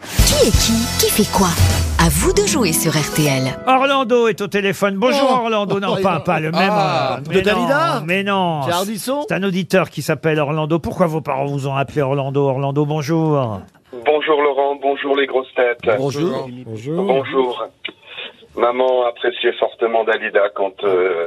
Qui est qui Qui fait quoi À vous de jouer sur RTL. Orlando est au téléphone. Bonjour Oh. Orlando. Non, Oh, pas, il- pas le Ah, même. euh, de mais Dalida non, Mais non. C'est Ardisson Ah, C'est un auditeur qui s'appelle Orlando. Pourquoi vos parents vous ont appelé Orlando Orlando, bonjour. Bonjour Laurent, bonjour les grosses têtes. Bonjour. Bonjour. Maman appréciait fortement Dalida quand euh,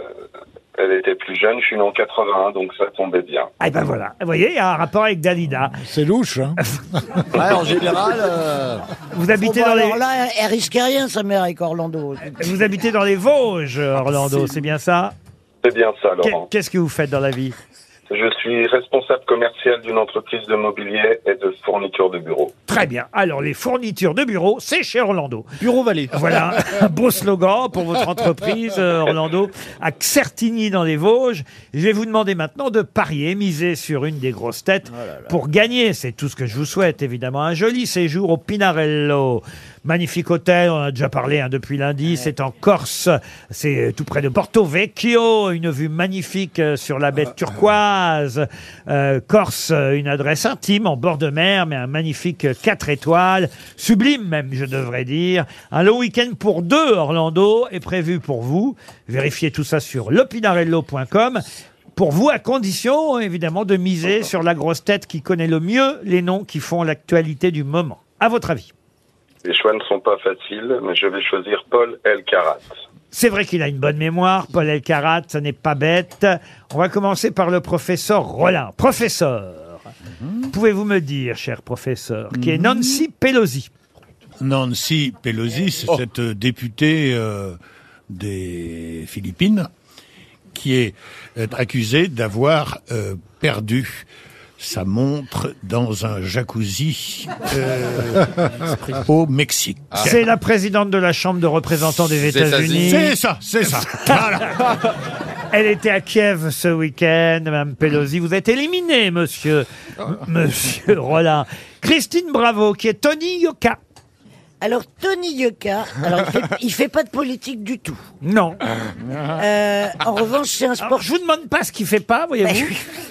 elle était plus jeune. Je suis né en 81, donc ça tombait bien. Ah, et ben voilà. Vous voyez, il y a un rapport avec Dalida. C'est louche, hein Ouais, en général. euh, Vous habitez Bon, bah, dans les, Alors là, elle- elle risquait rien, sa mère, avec Orlando. Ah, vous habitez dans les Vosges, Orlando. C'est bien ça C'est bien ça, Qu'est- Laurent. Qu'est-ce que vous faites dans la vie Je suis responsable commercial d'une entreprise de mobilier et de fourniture de bureaux. Très bien. Alors, les fournitures de bureau, c'est chez Orlando. Bureau Vallée. Voilà, un beau slogan pour votre entreprise, euh, Orlando, à Certigny dans les Vosges. Je vais vous demander maintenant de parier, miser sur une des grosses têtes pour gagner. C'est tout ce que je vous souhaite, évidemment. Un joli séjour au Pinarello. Magnifique hôtel, on en a déjà parlé hein, depuis lundi. C'est en Corse, c'est euh, tout près de Porto Vecchio. Une vue magnifique euh, sur la baie turquoise. Euh, Corse, euh, une adresse intime en bord de mer, mais un magnifique 4 étoiles, sublime même, je devrais dire. Un long week-end pour deux, Orlando, est prévu pour vous. Vérifiez tout ça sur lopinarello.com. Pour vous, à condition, évidemment, de miser sur la grosse tête qui connaît le mieux les noms qui font l'actualité du moment. À votre avis Les choix ne sont pas faciles, mais je vais choisir Paul Elkarat. C'est vrai qu'il a une bonne mémoire, Paul Elkarat, ça n'est pas bête. On va commencer par le professeur Rollin. Professeur, pouvez-vous me dire, cher professeur, qui est Nancy Pelosi Nancy Pelosi, Oh. c'est cette députée euh, des Philippines qui est euh, accusée d'avoir euh, perdu sa montre dans un jacuzzi euh, au Mexique. C'est la présidente de la Chambre de représentants des Des États-Unis. États-Unis. C'est ça, c'est ça. Voilà. Elle était à Kiev ce week-end, Madame Pelosi. Vous êtes éliminé, monsieur, monsieur Rollin. Christine Bravo, qui est Tony Yoka. Alors, Tony Yuka, alors, il, fait, il fait pas de politique du tout. Non. Ah. Euh, en revanche, c'est un, Alors, sport, je vous demande pas ce qu'il fait pas, voyez-vous.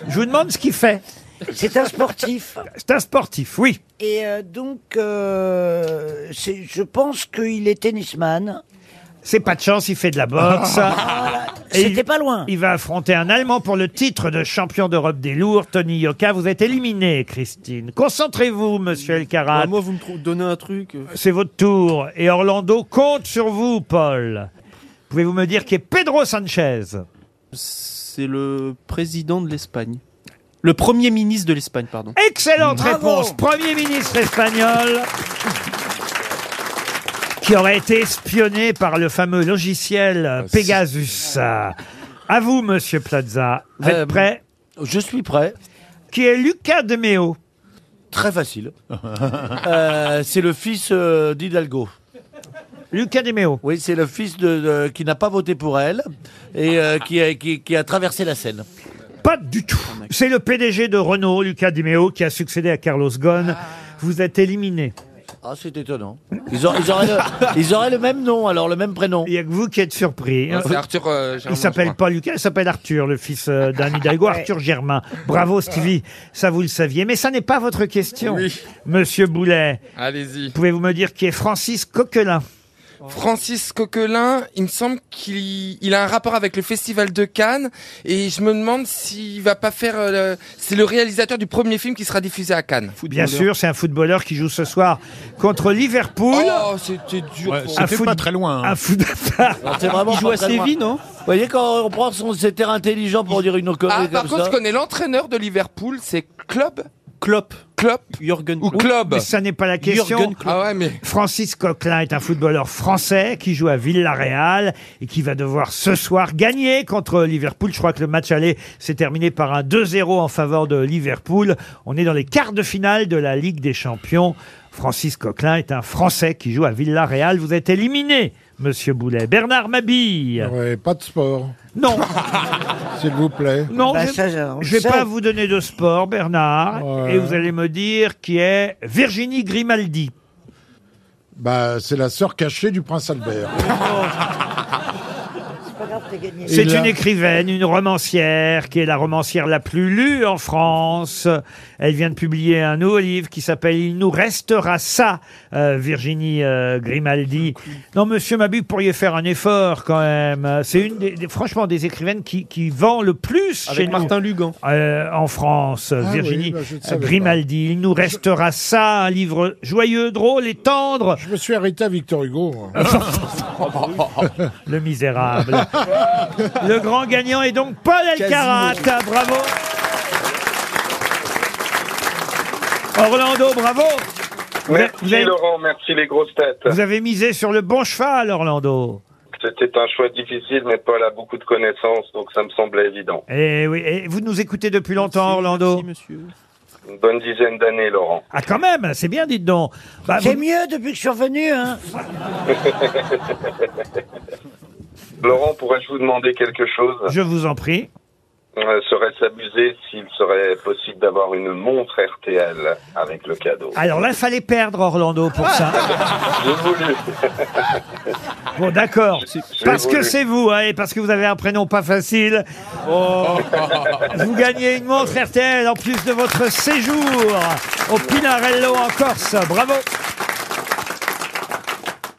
Je vous demande ce qu'il fait. c'est un sportif. C'est un sportif, oui. Et euh, donc, euh, c'est- je pense qu'il est tennisman. C'est pas de chance, il fait de la boxe. Et C'était il- pas loin. Il va affronter un Allemand pour le titre de champion d'Europe des lourds, Tony Yoka. Vous êtes éliminé, Christine. Concentrez-vous, monsieur Elkarat. Ah, moi, vous me trou- donnez un truc. euh, C'est votre tour. Et Orlando compte sur vous, Paul. Pouvez-vous me dire qui est Pedro Sanchez C'est le président de l'Espagne. Le premier ministre de l'Espagne, pardon. Excellente Bravo. réponse. Premier ministre espagnol qui aurait été espionné par le fameux logiciel euh, Bah, Pegasus. Euh, À vous, monsieur Plaza. Vous êtes Euh, prêt Je suis prêt. Qui est Lucas de Meo Très facile. Euh, c'est le fils euh, d'Hidalgo. Lucas de Meo. Oui, c'est le fils de, de- qui n'a pas voté pour elle et euh, qui, a, qui- qui a traversé la Seine. Pas du tout. C'est le PDG de Renault, Lucas de Meo, qui a succédé à Carlos Ghosn. Vous êtes éliminé. Ah, c'est étonnant. Ils, ont- ils auraient le, ils auraient le même nom, alors le même prénom. Il n'y a que vous qui êtes surpris. hein. Non, C'est Arthur. euh, Germain, Il s'appelle je pas Lucas, il s'appelle Arthur, le fils euh, d'un Hidalgo, Arthur Germain. Bravo Stevie, ça vous le saviez. Mais ça n'est pas votre question, Oui. Monsieur Boulet. crois. Allez-y. Pouvez-vous me dire qui est Francis Coquelin Francis Coquelin, il me semble qu'il il a un rapport avec le Festival de Cannes et je me demande s'il va pas faire. euh, le- C'est le réalisateur du premier film qui sera diffusé à Cannes. Bien sûr, c'est un footballeur qui joue ce soir contre Liverpool. Oh, c'était dur. Ouais, pour- Un C'était foot- pas très loin. hein. Un foot- Ah C'est vraiment Il joue pas à très loin. Séville, non Vous voyez, quand on prend son, ses terres intelligents pour dire une connerie Ah, comme par contre, ça. je connais l'entraîneur de Liverpool, c'est Club Klopp, Klopp Jürgen ou Klopp. Club Mais ça n'est pas la question. Jürgen Ah Klopp. ouais, mais. Francis Coquelin est un footballeur français qui joue à Villarreal et qui va devoir ce soir gagner contre Liverpool. Je crois que le match aller s'est terminé par un 2-0 en faveur de Liverpool. On est dans les quarts de finale de la Ligue des Champions. Francis Coquelin est un français qui joue à Villarreal. Vous êtes éliminé, monsieur Boulet. Bernard Mabille. Ouais, pas de sport, Non, s'il vous plaît. non. Bah, je- ça, je- on je vais le sait. pas vous donner de sport, Bernard, Ouais. et vous allez me dire qui est Virginie Grimaldi. Bah, c'est la sœur cachée du prince Albert. C'est Et là- une écrivaine, une romancière, qui est la romancière la plus lue en France. Elle vient de publier un nouveau livre qui s'appelle Il nous restera ça, euh, Virginie euh, Grimaldi. Non, monsieur Mabu, pourriez faire un effort quand même. C'est une des, des- franchement, des écrivaines qui, qui vend le plus chez Avec nous. Martin Lugan. Euh, en France, Virginie oui, bah, je ne savais pas. Grimaldi. Il nous restera ça, un livre joyeux, drôle et tendre. Je me suis arrêté à Victor Hugo. moi. Le misérable. le grand gagnant est donc Paul Alcarat. Bravo. Orlando, bravo. Vous avez- Merci Vous avez, Laurent, merci les grosses têtes. vous avez misé sur le bon cheval, Orlando. C'était un choix difficile, mais Paul a beaucoup de connaissances, donc ça me semblait évident. Et Eh oui, et vous nous écoutez depuis longtemps, Merci, Orlando. merci, monsieur. Une bonne dizaine d'années, Laurent. Ah, quand même, c'est bien, dites donc. Bah, C'est vous- mieux depuis que je suis revenu, hein. Laurent, pourrais-je vous demander quelque chose je vous en prie. Euh, Serait-ce abusé s'il serait possible d'avoir une montre RTL avec le cadeau Alors là, fallait perdre Orlando pour ça. J'ai voulu. Bon, d'accord. J'ai Parce que voulu. c'est vous, hein, et parce que vous avez un prénom pas facile. Vous gagnez une montre RTL en plus de votre séjour au Pinarello en Corse. Bravo.